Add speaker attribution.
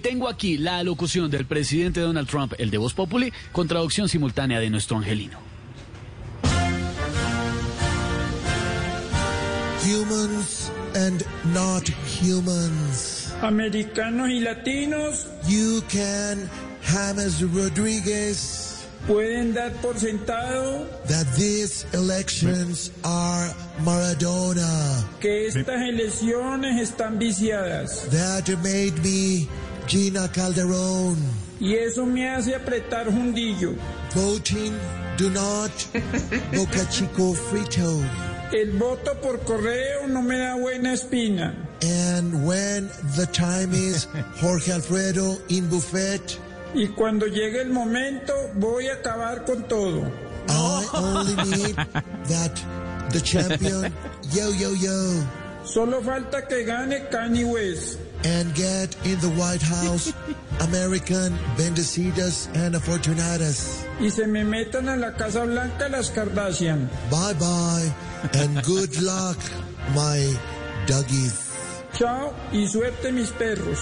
Speaker 1: Tengo aquí la alocución del presidente Donald Trump, el de Voz Populi, con traducción simultánea de nuestro angelino.
Speaker 2: Humans and not humans.
Speaker 3: Americanos y latinos
Speaker 2: You can, James Rodriguez,
Speaker 3: pueden dar por sentado
Speaker 2: that these elections are Maradona.
Speaker 3: que estas elecciones están viciadas
Speaker 2: That made me Gina Calderon.
Speaker 3: y eso me hace apretar jundillo.
Speaker 2: Voting do not Boca Chico Frito.
Speaker 3: El voto por correo no me da buena espina.
Speaker 2: And when the time is Jorge Alfredo in buffet,
Speaker 3: Y cuando llegue el momento voy a acabar con todo.
Speaker 2: I only need that the champion, yo, yo, yo.
Speaker 3: Solo falta que gane Kanye West.
Speaker 2: and get in the White House American bendecidas and fortunadas.
Speaker 3: Y se me metan a la Casa Blanca las Kardashian.
Speaker 2: Bye bye and good luck, my doggies.
Speaker 3: Chao y suerte mis perros.